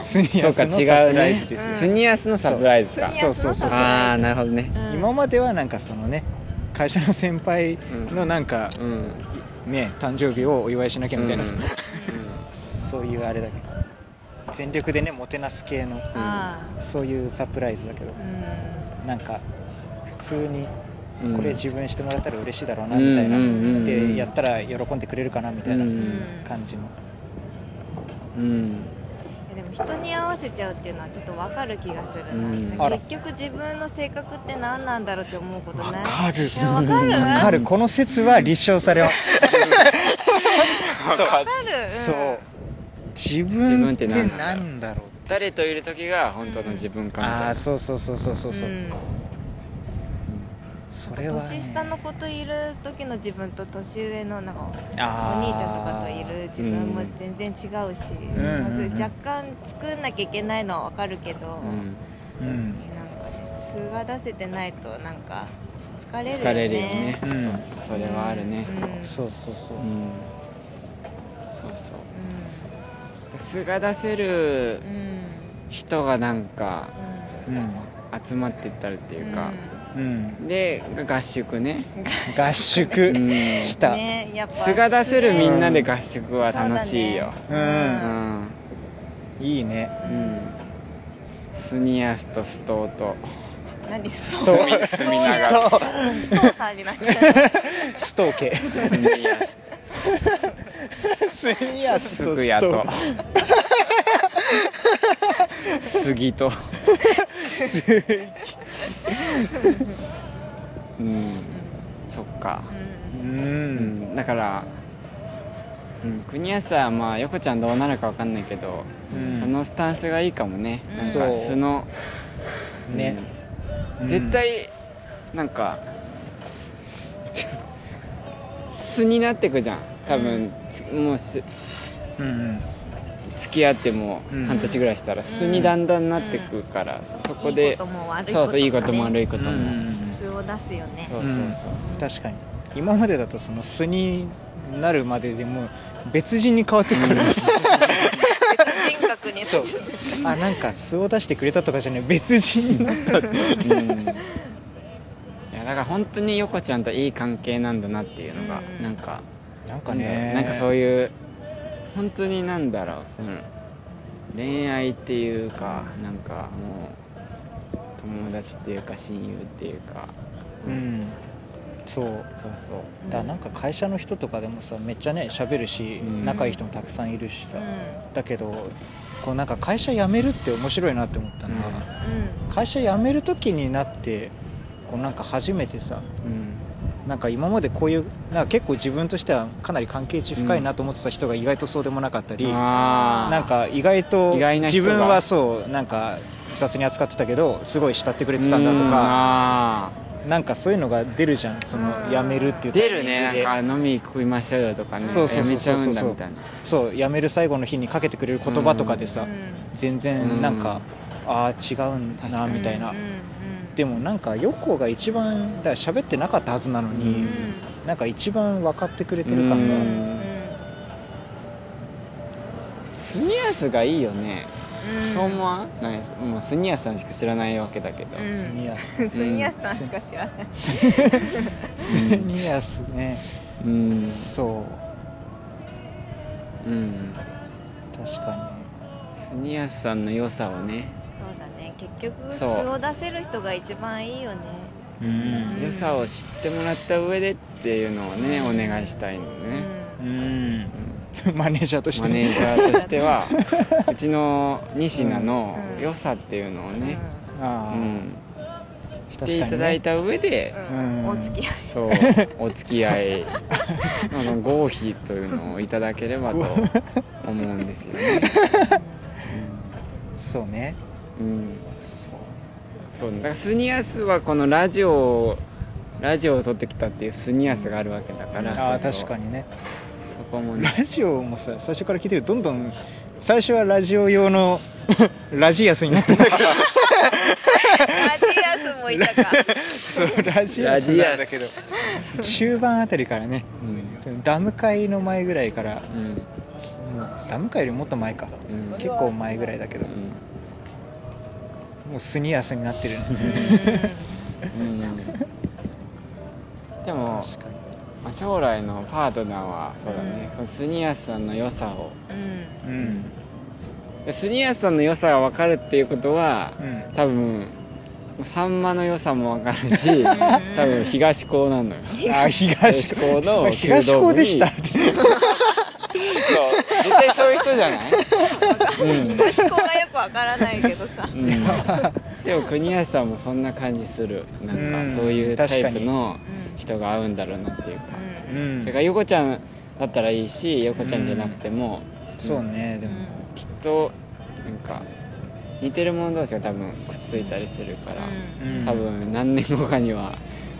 Speaker 1: スニ
Speaker 2: そ
Speaker 1: ア
Speaker 2: うか
Speaker 1: スのサ
Speaker 2: 違
Speaker 1: プラ
Speaker 2: う
Speaker 1: イ
Speaker 2: ね
Speaker 1: ズですよ、
Speaker 2: スニアスのサプライズか
Speaker 3: スニアスのサプ
Speaker 2: あ
Speaker 3: ラ
Speaker 2: あ
Speaker 3: イズ
Speaker 2: なるほどね
Speaker 3: うん
Speaker 1: 今まではなんかそのね会社の先輩のなんか、
Speaker 2: うん
Speaker 1: ね誕生日をお祝いしなきゃみたいな、
Speaker 2: うん
Speaker 1: そういうあれだけど全力でねもてなす系の
Speaker 3: あ
Speaker 1: そういうサプライズだけど
Speaker 3: あうん
Speaker 1: なんか普通に
Speaker 2: うん
Speaker 1: これ自分してもらったら嬉しいだろうなみたいな、
Speaker 2: うんうんうんうん
Speaker 1: でやったら喜んでくれるかなみたいな
Speaker 2: うん
Speaker 1: 感じの、
Speaker 2: うん
Speaker 3: でも人に合わせちゃうっていうのはちょっとわかる気がするな、
Speaker 2: うん
Speaker 1: あら
Speaker 3: 結局自分の性格って何なんだろうって思うこと
Speaker 1: わ
Speaker 3: ない
Speaker 1: かる
Speaker 3: いやわかる
Speaker 1: わかるこの説は立証されます
Speaker 2: そう
Speaker 3: わかる、ん、
Speaker 1: そう自
Speaker 2: 自分
Speaker 1: 分
Speaker 2: っ
Speaker 1: ってて
Speaker 2: 何な
Speaker 1: なんんだろう
Speaker 2: 誰といる時が本当の自分かみたい
Speaker 1: あ
Speaker 2: な
Speaker 1: あーそうそうそうそうそうそう、
Speaker 3: ん
Speaker 1: それは、ね、
Speaker 3: 年下の子といる時の自分と年上のなんか
Speaker 1: お
Speaker 3: お兄ちゃんとかといる自分も全然違うし、
Speaker 1: ん
Speaker 3: ま
Speaker 1: うんうん
Speaker 3: ず若干作んなきゃいけないのはわかるけど、
Speaker 2: うん
Speaker 1: うん
Speaker 3: なんかね素が出せてないとなんか疲れるよね
Speaker 2: 疲れるよね
Speaker 1: うん
Speaker 2: そうそうそれはあるね
Speaker 3: うん
Speaker 2: そう
Speaker 1: そうそうそう、
Speaker 2: うんそうそう素が出せる
Speaker 3: うんうん
Speaker 2: 人がなんか
Speaker 1: うん
Speaker 2: 集まってったるっていうか、
Speaker 1: うん、
Speaker 2: で合宿ね
Speaker 1: 合宿
Speaker 2: うん
Speaker 1: 来た、
Speaker 3: ね、やっぱ
Speaker 2: 素が出せるみんなで合宿は
Speaker 3: そうだね
Speaker 2: 楽しいよ、
Speaker 1: う
Speaker 2: うんん
Speaker 1: いいね
Speaker 2: うん、スニアスとストーと
Speaker 3: 何そう
Speaker 1: そう
Speaker 2: 住みながら
Speaker 1: そう
Speaker 3: ストーさんになっちゃう
Speaker 1: ストーケ
Speaker 2: スニアス
Speaker 1: スニアス
Speaker 2: す
Speaker 1: と
Speaker 2: ぐ
Speaker 1: ス
Speaker 2: や
Speaker 1: ト
Speaker 2: と
Speaker 1: ー
Speaker 2: 杉とうんそっか、
Speaker 1: う
Speaker 2: うん
Speaker 1: ん
Speaker 2: だから、うん、国安はまあ横ちゃんどうなるかわかんないけど、
Speaker 1: うん
Speaker 2: あのスタンスがいいかもね、
Speaker 3: うん
Speaker 2: なん
Speaker 1: そ
Speaker 2: か
Speaker 1: う
Speaker 2: 素の、
Speaker 1: ね、
Speaker 2: う
Speaker 1: うんん
Speaker 2: 絶対なんかす す素になってくじゃん多分、もうす
Speaker 1: うん
Speaker 2: 付き合っても
Speaker 1: うん
Speaker 2: 半年ぐらいしたら
Speaker 3: うん
Speaker 2: 素にだんだんなってくから、そこで
Speaker 3: いいことも悪いこともね
Speaker 2: そうそういいことも悪 いうこ
Speaker 1: ん
Speaker 2: とも、
Speaker 3: 素を出すよね
Speaker 2: そうそうそうそう、
Speaker 1: 確かに今までだとその素になるまででもう別人に変わってくる、
Speaker 3: 人格になっちゃう
Speaker 1: あなんか素を出してくれたとかじゃない別人になったって
Speaker 2: うんいやだから本当に横ちゃんといい関係なんだなっていうのが、
Speaker 3: うん
Speaker 2: なんか
Speaker 1: なん
Speaker 2: な
Speaker 1: か
Speaker 2: んだろう
Speaker 1: ね
Speaker 2: なんかそう
Speaker 1: う
Speaker 2: いう本当になんだろうその恋愛っていうかなんかもう友達っていうか親友っていうか、
Speaker 1: うんそう
Speaker 2: そうそう
Speaker 3: うん
Speaker 1: だからなんか会社の人とかでもさめっちゃね喋るし、
Speaker 2: うん
Speaker 1: 仲いい人もたくさんいるし
Speaker 3: う
Speaker 1: さ、
Speaker 3: ん
Speaker 1: だけどこうなんか会社辞めるって面白いなって思ったのが、会社辞める時になってこうなんか初めてさ
Speaker 2: うん
Speaker 1: なんか今までこういうなんか結構自分としてはかなり関係値深いなと思ってた人が意外とそうでもなかったり、
Speaker 2: あー
Speaker 1: なんか意外と
Speaker 2: 意外な人
Speaker 1: 自
Speaker 2: が
Speaker 1: 分はそうなんか雑に扱ってたけどすごい慕ってくれてたんだと
Speaker 2: う
Speaker 1: か
Speaker 2: んあ
Speaker 1: なんかそういうのが出るじゃんその辞めるってい
Speaker 2: ー
Speaker 1: う
Speaker 2: 出るね
Speaker 1: タイミングで
Speaker 2: なんか飲み食いましょうよとかね
Speaker 1: そうそう
Speaker 2: や
Speaker 1: そ
Speaker 2: め
Speaker 1: う
Speaker 2: ち
Speaker 1: そ
Speaker 2: ゃ
Speaker 1: う
Speaker 2: う
Speaker 1: そ
Speaker 2: ん
Speaker 1: う
Speaker 2: だ
Speaker 1: そ
Speaker 2: み
Speaker 1: う
Speaker 2: たいな
Speaker 1: そう辞める最後の日にかけてくれる言葉とかでさ、全然なんか、ああ違うんだ
Speaker 2: 確
Speaker 1: な
Speaker 2: かに
Speaker 1: みたいな、
Speaker 3: うんうんうん、
Speaker 1: で
Speaker 3: も、
Speaker 1: もなんかヨッコーが一番だから喋ってなかったはずなの
Speaker 3: う
Speaker 1: に、
Speaker 3: ん
Speaker 1: なんか一番分かってくれてる
Speaker 3: うん
Speaker 1: 感
Speaker 3: う
Speaker 1: が、
Speaker 2: うん
Speaker 3: ん
Speaker 2: スニアスがいいよね、
Speaker 3: うん、
Speaker 2: そう思わんないもうスニアスさんしか知らないわけだけど、
Speaker 3: うん
Speaker 1: スニアス、
Speaker 3: スニアスさんしか知らない、
Speaker 1: ス ニアスね、
Speaker 2: うん
Speaker 1: そう
Speaker 2: うん
Speaker 1: 確か
Speaker 2: スニアスさんの良さをね、
Speaker 3: そうだね結局素
Speaker 2: そう
Speaker 3: を出せる人が一番いいよね
Speaker 1: にうん
Speaker 2: 良さを知ってもらった上でっていうのをねお願いしたいの
Speaker 3: う
Speaker 2: ね、
Speaker 1: うんん
Speaker 2: うん
Speaker 1: マネージャーとして
Speaker 2: マネージャーとし てはうちの仁科の
Speaker 3: うん
Speaker 2: 良さっていうのをね、う
Speaker 1: ああ、
Speaker 2: ん知
Speaker 1: 確かに
Speaker 2: っ
Speaker 1: ね
Speaker 2: ていただいた上で、
Speaker 3: うんう
Speaker 1: う
Speaker 3: ん、
Speaker 1: ん
Speaker 3: お付き合い
Speaker 2: そうお付き合いの合否というのをいただければと思うんですよね、
Speaker 1: そうね
Speaker 2: うんうん
Speaker 1: そう
Speaker 2: そうだからスニアスはこのラジオをラジオを撮ってきたっていうスニアスがあるわけだから、
Speaker 1: ああ
Speaker 2: そうそ
Speaker 1: 確
Speaker 2: う
Speaker 1: かにね
Speaker 2: そこもね
Speaker 1: ラジオもさ最初から聞いてるとどんどん最初はラジオ用 のラジアスになってたけど
Speaker 3: マジアスもいたか
Speaker 1: そうラジアスなんだけど中盤あたりからね
Speaker 2: うん
Speaker 1: ダム会の前ぐらいから
Speaker 2: うん
Speaker 1: もうダム会よりもっと前か
Speaker 2: うん
Speaker 1: 結構前ぐらいだけどもうスニアスになってるね
Speaker 2: うんうんでも
Speaker 1: 確かに
Speaker 2: まあ、将来のパートナーはそうだね、
Speaker 3: うん
Speaker 2: このスニアスさんの良さを、
Speaker 3: うんうん
Speaker 1: うん
Speaker 2: でスニアスさんの良さが分かるっていうことは、
Speaker 1: うん
Speaker 2: 多分サンマの良さも分かるし多分東高なのよ
Speaker 1: あ 東高
Speaker 2: 東高の
Speaker 1: 東高でしたって
Speaker 2: そう絶対そういう人じゃない
Speaker 3: 私こがよくわからないけどさ、
Speaker 2: うん、 でも国安さんもそんな感じするなん
Speaker 1: う
Speaker 2: か
Speaker 1: ん
Speaker 2: そういうタイプの
Speaker 3: うん
Speaker 2: 人が合うんだろうなっていうか、
Speaker 1: う
Speaker 3: うん
Speaker 2: それから横ちゃんだったらいいし横ちゃんじゃなくても、
Speaker 1: そうねでも
Speaker 2: きっとなんか似てる者同士が多分くっついたりするから、
Speaker 1: うん
Speaker 2: 多分何年後かには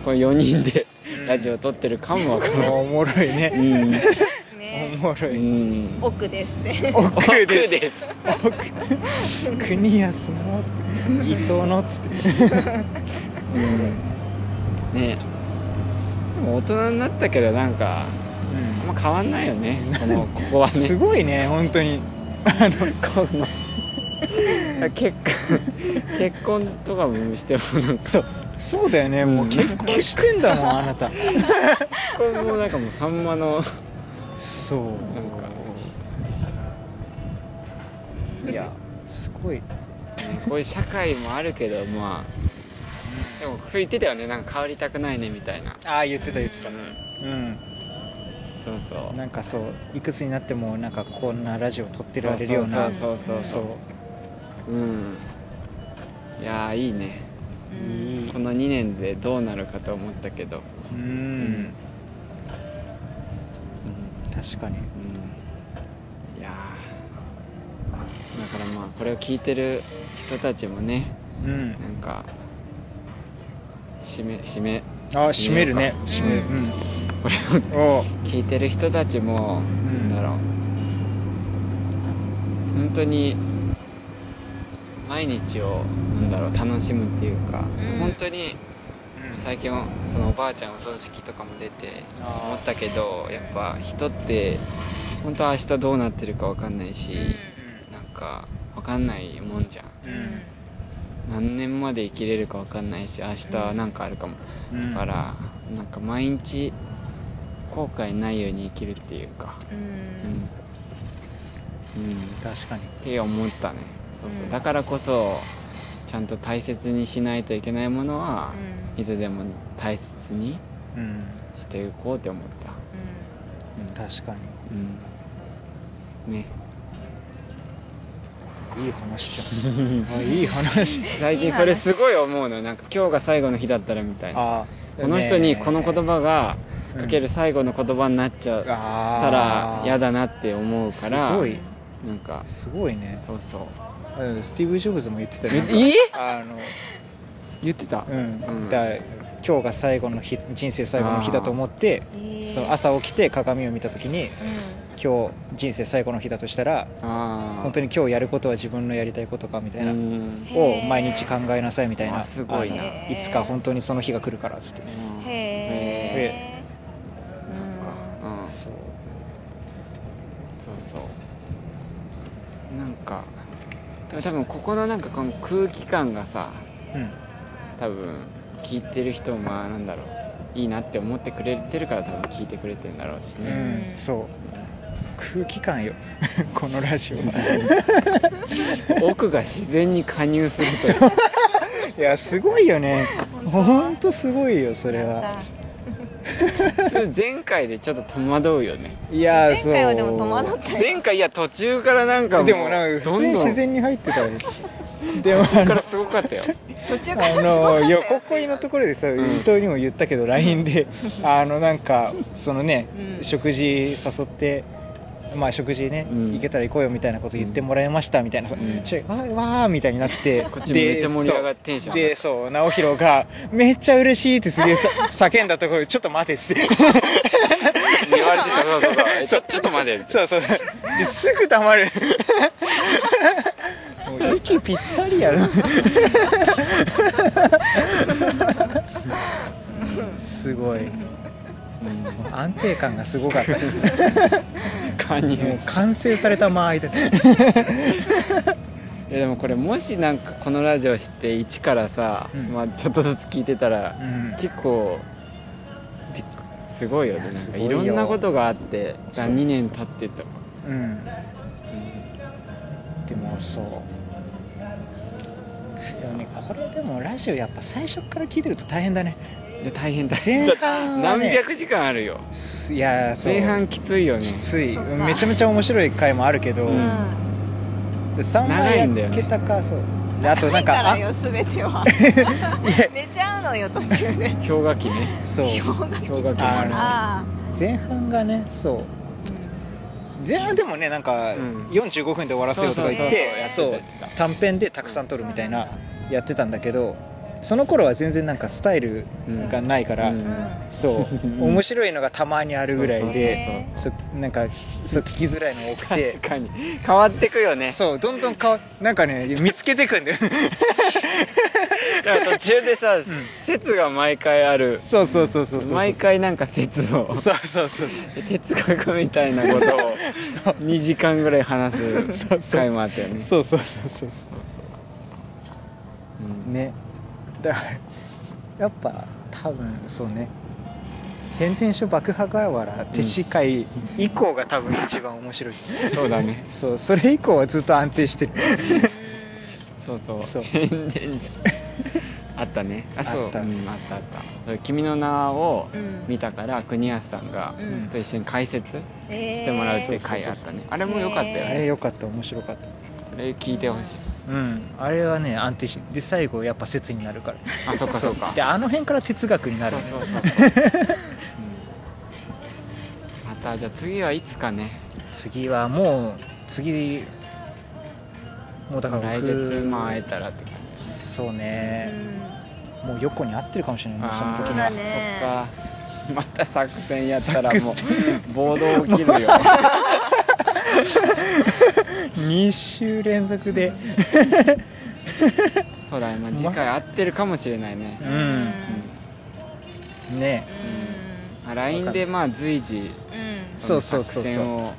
Speaker 2: この4人で
Speaker 1: うん
Speaker 2: ラジオ撮ってるかもわからない、
Speaker 1: おもろいね
Speaker 2: うん
Speaker 3: ん
Speaker 1: お
Speaker 3: ね
Speaker 1: もろ
Speaker 2: う
Speaker 1: い
Speaker 2: ん、
Speaker 3: 奥ですね
Speaker 1: 奥です
Speaker 2: です
Speaker 1: 奥国安のって伊藤のっつって
Speaker 2: うんねでも大人になったけどなんかあんま変わんないよねこのここはね
Speaker 1: すごいね本当にあの
Speaker 2: この結婚結婚とかもしてもなんか
Speaker 1: そうそうだよねもう結婚してん だもんあなた
Speaker 2: これもなんかもうさんまの
Speaker 1: そう
Speaker 2: なんか
Speaker 1: いやすごい
Speaker 2: ねこういう社会もあるけどまあでもそう言ってたよねなんか変わりたくないねみたいな、
Speaker 1: ああ言ってた言ってた
Speaker 2: うん
Speaker 1: うん
Speaker 2: そうそう
Speaker 1: なんかそういくつになってもなんかこんなラジオ撮ってられるような
Speaker 2: そうそうそうそううんいやーいいね
Speaker 1: う
Speaker 3: うん
Speaker 1: いい
Speaker 2: この2年でどうなるかと思ったけど
Speaker 1: う
Speaker 2: うんうん
Speaker 1: 確かに
Speaker 2: うんいやーだからまあこれを聞いてる人たちもね
Speaker 1: うん
Speaker 2: なんか締め締め
Speaker 1: あ閉めるね
Speaker 2: 締
Speaker 1: 閉
Speaker 2: め
Speaker 1: め
Speaker 2: よ
Speaker 1: る
Speaker 2: うか
Speaker 1: う
Speaker 2: これを
Speaker 1: んおう
Speaker 2: 聞いてる人たちも、
Speaker 1: うん
Speaker 2: なんだろう本当に毎日をなんだろう楽しむっていうか、
Speaker 3: うん
Speaker 2: 本当に
Speaker 1: うん
Speaker 2: 最近そのおばあちゃんお葬式とかも出て
Speaker 1: あー
Speaker 2: 思ったけどやっぱ人って本当は明日どうなってるか分かんないし、なんか分かんないもんじゃん
Speaker 1: う
Speaker 3: うん
Speaker 1: ん
Speaker 2: 何年まで生きれるか分かんないし明日なんかあるかも、
Speaker 1: うん
Speaker 2: だからなんか毎日後悔ないように生きるっていうか
Speaker 3: う
Speaker 2: うん
Speaker 3: ん、
Speaker 2: うん、
Speaker 1: 確かに
Speaker 2: って思ったねそうそう、
Speaker 3: うん
Speaker 2: だからこそちゃんと大切にしないといけないものは、
Speaker 3: うん
Speaker 2: いつでも大切に
Speaker 1: うん、
Speaker 2: していこうって思った
Speaker 3: う
Speaker 1: うん、確か
Speaker 2: うんね
Speaker 1: にいい話じ ゃんあいい話
Speaker 2: 最近それすごい思うのなんか今日が最後の日だったらみたいな
Speaker 1: あ
Speaker 2: この人にこの言葉が
Speaker 1: うん
Speaker 2: かける最後の言葉になっちゃったら嫌だなって思うから
Speaker 1: すごい
Speaker 2: なんか
Speaker 1: すごいね
Speaker 2: そうそう
Speaker 1: うんスティーブ・ジョブズも言ってたよなんか
Speaker 2: え
Speaker 1: あの
Speaker 2: 言ってた
Speaker 1: うん、
Speaker 2: うん
Speaker 1: だから今日が最後の日人生最後の日だと思って
Speaker 3: あー
Speaker 1: その朝起きて鏡を見た時に
Speaker 3: ん
Speaker 1: 今日人生最後の日だとしたら
Speaker 2: ああ
Speaker 1: 本当に今日やることは自分のやりたいことかみたいな、
Speaker 2: うん
Speaker 1: を毎日考えなさいみたい
Speaker 2: あ
Speaker 1: な
Speaker 2: すごいな
Speaker 1: あのいつか本当にその日が来るからっつって、
Speaker 2: うん
Speaker 3: へえ
Speaker 2: そっかうん
Speaker 1: そう
Speaker 2: そうそうなんかでも多分ここのなんかこの空気感がさ
Speaker 1: うん
Speaker 2: 多分聞いてる人もまあなんだろういいなって思ってくれてるから多分聞いてくれてるんだろうし
Speaker 1: う
Speaker 2: ね、
Speaker 1: ん、
Speaker 3: うん
Speaker 1: そう空気感よ このラジ オは
Speaker 2: 奥が自然に加入するとい
Speaker 1: い
Speaker 2: う
Speaker 1: やすごいよね
Speaker 3: 本当
Speaker 1: 本当すごいよそれ
Speaker 3: なん
Speaker 1: は
Speaker 3: か
Speaker 2: それ 前回でちょっと戸惑うよね
Speaker 1: いやー
Speaker 3: 前
Speaker 1: そう
Speaker 3: 回はでも戸惑ったよ
Speaker 2: 前回いや途中からなんかもう
Speaker 1: でもなんか
Speaker 2: ど
Speaker 1: 普通
Speaker 2: んどん
Speaker 1: に自然に入ってたよ でも
Speaker 2: 途中からすごかったよ
Speaker 3: 途中から
Speaker 1: あの横恋のところでさ、
Speaker 2: ん
Speaker 1: 伊藤にも言ったけど LINE であのなんかそのね、
Speaker 3: うん
Speaker 1: 食事誘ってまあ食事ね、
Speaker 2: うん
Speaker 1: 行けたら行こうよみたいなこと言ってもらいましたみたいなさ、
Speaker 2: うん
Speaker 1: そしたらわーわーみたいになって
Speaker 2: こっちめっちゃ盛り上がってテンション上がっ
Speaker 1: でそう直弘が「めっちゃ嬉しい」ってすげえさ叫んだところで「ちょっと待て」っつって
Speaker 2: 言われてたそうそうそうえちょ ちょっと待てって
Speaker 1: そうそうですぐ黙る もう息ぴったりやろすごい
Speaker 2: うん
Speaker 1: 安定感がすごかったも
Speaker 2: 加入
Speaker 1: う完成された間合いで
Speaker 2: いやでもこれもしなんかこのラジオ知って一からさ、
Speaker 1: うん
Speaker 2: まあ、ちょっとずつ聞いてたら、
Speaker 1: うん
Speaker 2: 結構びっすごいよね
Speaker 1: いや
Speaker 2: なん
Speaker 1: す
Speaker 2: か
Speaker 1: ごいよ
Speaker 2: いろんなことがあって
Speaker 1: そう
Speaker 2: 2年経ってた
Speaker 1: うんでもそうでもねこれでもラジオやっぱ最初から聞いてると大変だね
Speaker 2: いや大変だ
Speaker 1: 前半はね
Speaker 2: 何百時間あるよ
Speaker 1: すいやーそう
Speaker 2: 前半きついよね
Speaker 1: きつい
Speaker 3: そっか
Speaker 1: めちゃめちゃ面白い回もあるけど、
Speaker 2: う
Speaker 3: うん
Speaker 1: で3
Speaker 2: 長いん
Speaker 1: 枚
Speaker 2: だよ
Speaker 1: やっ
Speaker 2: ね
Speaker 1: けたか、そうであとな
Speaker 3: だ
Speaker 1: んか
Speaker 3: から
Speaker 1: あ
Speaker 3: よ全ては寝ちゃうのよ途中で
Speaker 2: 氷河期ね
Speaker 1: そう
Speaker 3: 氷河期
Speaker 2: 氷河期もあるし
Speaker 3: あ
Speaker 1: 前半がねそう
Speaker 3: あ
Speaker 1: 前半でもねなんか
Speaker 2: うん
Speaker 1: 45分で終わらせようとか言っ
Speaker 2: そう
Speaker 1: て
Speaker 2: そうそう
Speaker 1: そう
Speaker 2: やってたやってた
Speaker 1: 短編でたくさん撮るみたいなやってたんだけどその頃は全然なんかスタイルがないから、
Speaker 2: うん
Speaker 3: うんうん
Speaker 1: そう
Speaker 2: うん
Speaker 1: 面白いのがたまにあるぐらい
Speaker 3: そうそうそう
Speaker 1: でそうなんかそう聞きづらいのが多くて
Speaker 2: 確かに変わってくよね
Speaker 1: そうどんどんかわなんかね見つけてくんだよ
Speaker 2: だから途中でさ、説が毎回ある
Speaker 1: そうそうそうそうそうそう
Speaker 2: 毎回なんか説を
Speaker 1: そうそうそうそう
Speaker 2: 哲学みたいなことを2時間ぐらい話
Speaker 1: そう
Speaker 2: す
Speaker 1: そう
Speaker 2: 回もあったよね
Speaker 1: そうそうそうそうそ
Speaker 2: うん
Speaker 1: うねだからやっぱ多分そうね変電所爆破瓦手視会以降が多分一番面白い、
Speaker 2: そうだね
Speaker 1: そうそれ以降はずっと安定してる
Speaker 2: そうそう
Speaker 1: そう
Speaker 2: 変電所あったねあそう
Speaker 1: あった
Speaker 2: うん、あったあったそれ君の名を
Speaker 3: うん
Speaker 2: 見たから国安さんが、
Speaker 3: うん
Speaker 2: と一緒に解説
Speaker 3: えー
Speaker 2: してもらうっていう回あったね、あれも良かったよ
Speaker 1: あ
Speaker 2: ね、
Speaker 1: れ良かった面白かった
Speaker 2: あれ聞いてほしい
Speaker 1: うんあれはね安定してで最後やっぱ説になるから
Speaker 2: あそっかそっか
Speaker 1: であの辺から哲学になる、ね、
Speaker 2: そうそうそうそう、うんまたじゃあ次はいつかね
Speaker 1: 次はもう次もうだから
Speaker 2: 来
Speaker 1: 僕
Speaker 2: 月まあ会えたらって感じ
Speaker 1: そう
Speaker 3: う
Speaker 1: ね、
Speaker 3: ん
Speaker 1: もう横に合ってるかもしれないもうその
Speaker 2: あー
Speaker 1: 時
Speaker 3: そう
Speaker 1: に
Speaker 3: だ
Speaker 1: は、
Speaker 3: ね
Speaker 2: そっかまた作戦やったらも
Speaker 1: 作
Speaker 2: う暴動起きるよ
Speaker 1: 2週連続で
Speaker 2: そうだね、まあ、次回合ってるかもしれないね
Speaker 1: う、
Speaker 3: うん
Speaker 1: んね
Speaker 2: まあ、LINE でまあ随時
Speaker 3: うん
Speaker 1: そうそうそうそう
Speaker 2: の作戦を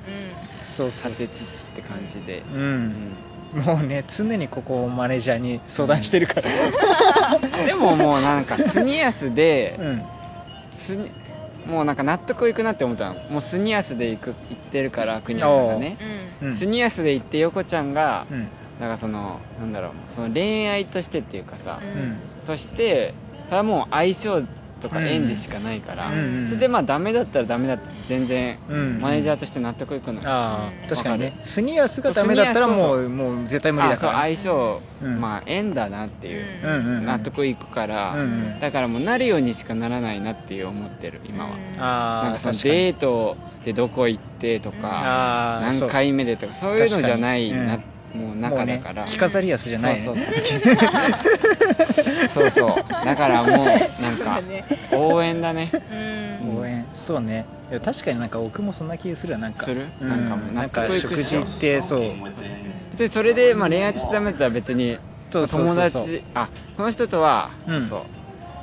Speaker 1: そうそう
Speaker 2: 立
Speaker 1: そ
Speaker 2: て
Speaker 1: う
Speaker 2: つつって感じで、
Speaker 1: う、
Speaker 2: うん
Speaker 1: もうね常にここをマネージャーに相談してるから
Speaker 2: んでももうなんかスニアスで、
Speaker 1: うん
Speaker 2: スニもうなんか納得いくなって思ったのもうスニアスで行く行ってるから国谷さんがね
Speaker 3: う、ん
Speaker 1: うん
Speaker 2: スニアスで行って横ちゃんが、
Speaker 1: うん
Speaker 2: なんかそのなんだろうその恋愛としてっていうかさ、
Speaker 3: うん
Speaker 1: うん
Speaker 2: そしてそれはもう相性とか縁でしかないから、
Speaker 3: うんうん
Speaker 1: うん
Speaker 2: それでまあダメだったらダメだって全然
Speaker 1: うん
Speaker 2: マネージャーとして納得いくの、
Speaker 1: ああ確かに
Speaker 2: わ
Speaker 1: ね
Speaker 2: か
Speaker 1: スニアスがダメだったらも
Speaker 2: そう
Speaker 1: もう絶対無理だか
Speaker 2: あ
Speaker 1: らね
Speaker 2: そう相性、
Speaker 1: うん
Speaker 2: まあ縁だなっていう、
Speaker 3: う
Speaker 1: うんうんうん
Speaker 2: 納得いくから、
Speaker 1: うんうん
Speaker 2: だからもうなるようにしかならないなっていう思ってる今は、
Speaker 3: うん
Speaker 2: なん
Speaker 1: あ
Speaker 2: か
Speaker 1: あ
Speaker 2: その
Speaker 1: 確かに
Speaker 2: デートでどこ行ってとか、
Speaker 1: ああ
Speaker 2: 何回目でとかそういうのじゃない
Speaker 1: 確か
Speaker 2: な
Speaker 1: に、
Speaker 2: もう
Speaker 1: そうも
Speaker 2: 中
Speaker 1: うね
Speaker 2: だから、
Speaker 1: 着飾りやすじゃないね
Speaker 2: そ うそうそうそうだからもうなんか
Speaker 3: そうね
Speaker 2: 応援だね
Speaker 3: うん
Speaker 1: 応援そうねいや確かになんか僕もそんな気するわなんか
Speaker 2: する
Speaker 1: う
Speaker 2: なんかもう
Speaker 1: なんか
Speaker 2: 納得いく
Speaker 1: 食
Speaker 2: でし
Speaker 1: 事
Speaker 2: ょ
Speaker 1: ってそう
Speaker 2: 別にそれで、まあ、恋愛してダメだったら別に
Speaker 1: そうそうそうそう
Speaker 2: 友達あこの人とは、
Speaker 1: うん
Speaker 2: そうそう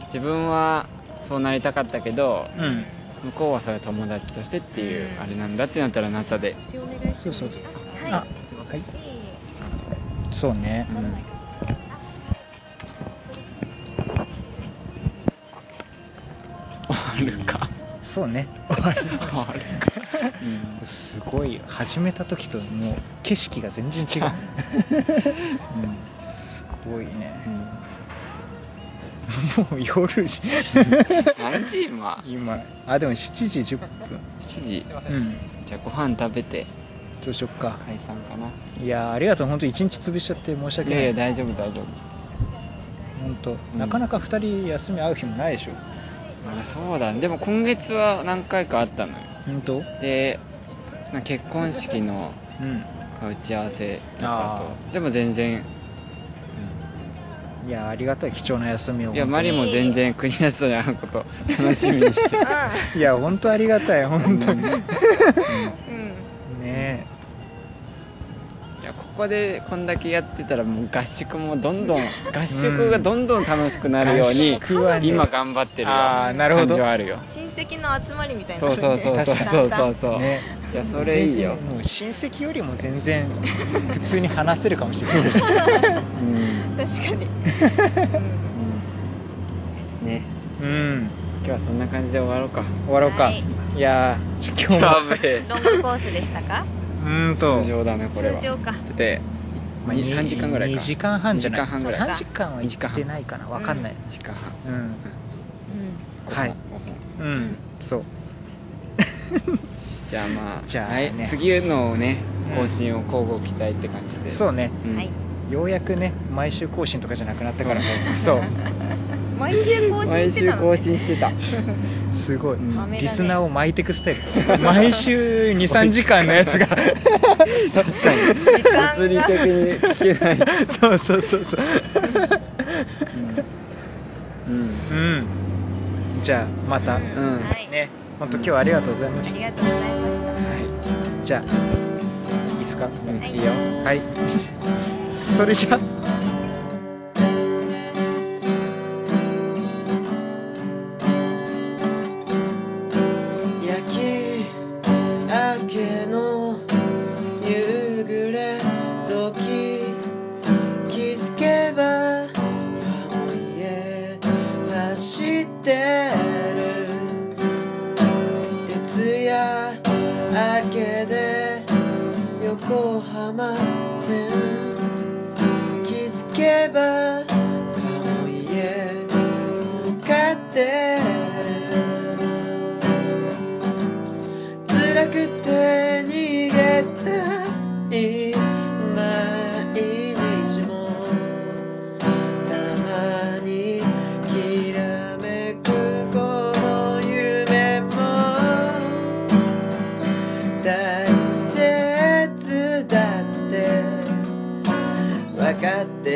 Speaker 2: 自分はそうなりたかったけど、
Speaker 1: うん
Speaker 2: 向こうはそれ友達としてっていうあれなんだってなったらなったで
Speaker 3: 私お願いします
Speaker 1: そうそう
Speaker 3: あ
Speaker 1: あ
Speaker 3: はい
Speaker 1: すいませんそうね
Speaker 2: うんあるか
Speaker 1: そうね終わり
Speaker 2: あるか、うん
Speaker 1: すごい始めた時ともう景色が全然違 う、うん、すごいねもう夜じ
Speaker 2: 何時今
Speaker 1: 今あでも7時10分
Speaker 2: 7時
Speaker 1: うん
Speaker 2: じゃあご飯食べて
Speaker 1: どうしよっか
Speaker 2: 解散かない
Speaker 1: やーありがとう本当一日潰しちゃって申し
Speaker 2: い
Speaker 1: 訳ない
Speaker 2: やいや大丈夫大丈夫
Speaker 1: 本当、
Speaker 2: ん
Speaker 1: なかなか2人休み合う日もないでしょ
Speaker 2: あそうだねでも今月は何回かあったのよ
Speaker 1: 本当うん
Speaker 2: でまあ結婚式の打ち合わせとかとでも全然
Speaker 1: いやーありがたい貴重な休みを
Speaker 2: いやマリも
Speaker 1: 本
Speaker 2: 全然国安と会うこと楽しみに してる
Speaker 1: 当にいや本当ありがたい本当にね
Speaker 3: うんうん
Speaker 1: え
Speaker 2: いやここでこんだけやってたらもう合宿もどんどん合宿がどんどん楽しくなるように
Speaker 1: 合宿はね
Speaker 2: 今頑張ってるよ
Speaker 1: あーなるほど
Speaker 2: 感じはあるよ
Speaker 3: 親戚の集まりみたいに
Speaker 2: そう
Speaker 3: なるね
Speaker 2: そうそうそ
Speaker 1: 確
Speaker 2: う
Speaker 1: かに
Speaker 2: そうそう
Speaker 1: そ
Speaker 2: そうう
Speaker 1: ね
Speaker 2: いやそれいいよ
Speaker 1: 全然もう親戚よりも全然普通に話せるかもしれない
Speaker 2: うんうん
Speaker 3: 確かに、うん
Speaker 2: ね
Speaker 1: うん
Speaker 2: 今日はそんな感じで終わろうか
Speaker 1: 終わろうか、
Speaker 3: はいい、
Speaker 1: やーちょ今日も
Speaker 2: べえ
Speaker 3: ロングコースでしたか
Speaker 1: うーんと
Speaker 2: 通常だねこれは
Speaker 3: 通常
Speaker 2: だ
Speaker 3: か
Speaker 2: って
Speaker 1: まあ
Speaker 2: に3時間ぐらいか
Speaker 1: 2時間半じゃない
Speaker 2: 2時間半ぐらい
Speaker 1: 3時間は
Speaker 2: 2時
Speaker 1: 行
Speaker 2: 間
Speaker 1: っ
Speaker 2: 半
Speaker 1: てないかなわかんない、
Speaker 2: 時間半
Speaker 1: うん
Speaker 3: う
Speaker 1: はい
Speaker 2: 5本5本
Speaker 1: うんそう
Speaker 2: じゃあまあ
Speaker 1: じゃあ
Speaker 2: はい
Speaker 1: ね
Speaker 2: 次のね
Speaker 1: うん
Speaker 2: 更新を交互期待って感じで、
Speaker 1: そうね
Speaker 2: うん
Speaker 3: んはい
Speaker 1: ようやくね毎週更新とかじゃなくなった から
Speaker 2: そ
Speaker 1: そうう
Speaker 3: 毎週更新
Speaker 2: 毎
Speaker 3: してた
Speaker 2: 週
Speaker 3: の、ね、
Speaker 2: 更新してた
Speaker 1: すごい、
Speaker 2: うん豆だ
Speaker 3: ね
Speaker 1: リスナーを巻いてくスタイル毎週23時間のや つが
Speaker 2: 確かに
Speaker 3: 時間が
Speaker 2: 物理的に聞けない、
Speaker 1: そうそうそうそう
Speaker 2: うん
Speaker 1: うんじゃあまた、
Speaker 3: うん
Speaker 2: うん
Speaker 3: はい、
Speaker 1: ね本当今日はありがとうございま
Speaker 3: あ
Speaker 1: した、
Speaker 3: りがとうございました
Speaker 1: じゃあいいっすか
Speaker 2: うん
Speaker 3: はい
Speaker 2: いいよ
Speaker 1: はいそれじゃあ
Speaker 4: 焼き明けの夕暮れ時気づけばパンへ走ってる徹夜明けで横浜線気づけばパンへ向かってる辛くて逃げたい毎日もたまにきらめくこの夢も大切だって分かって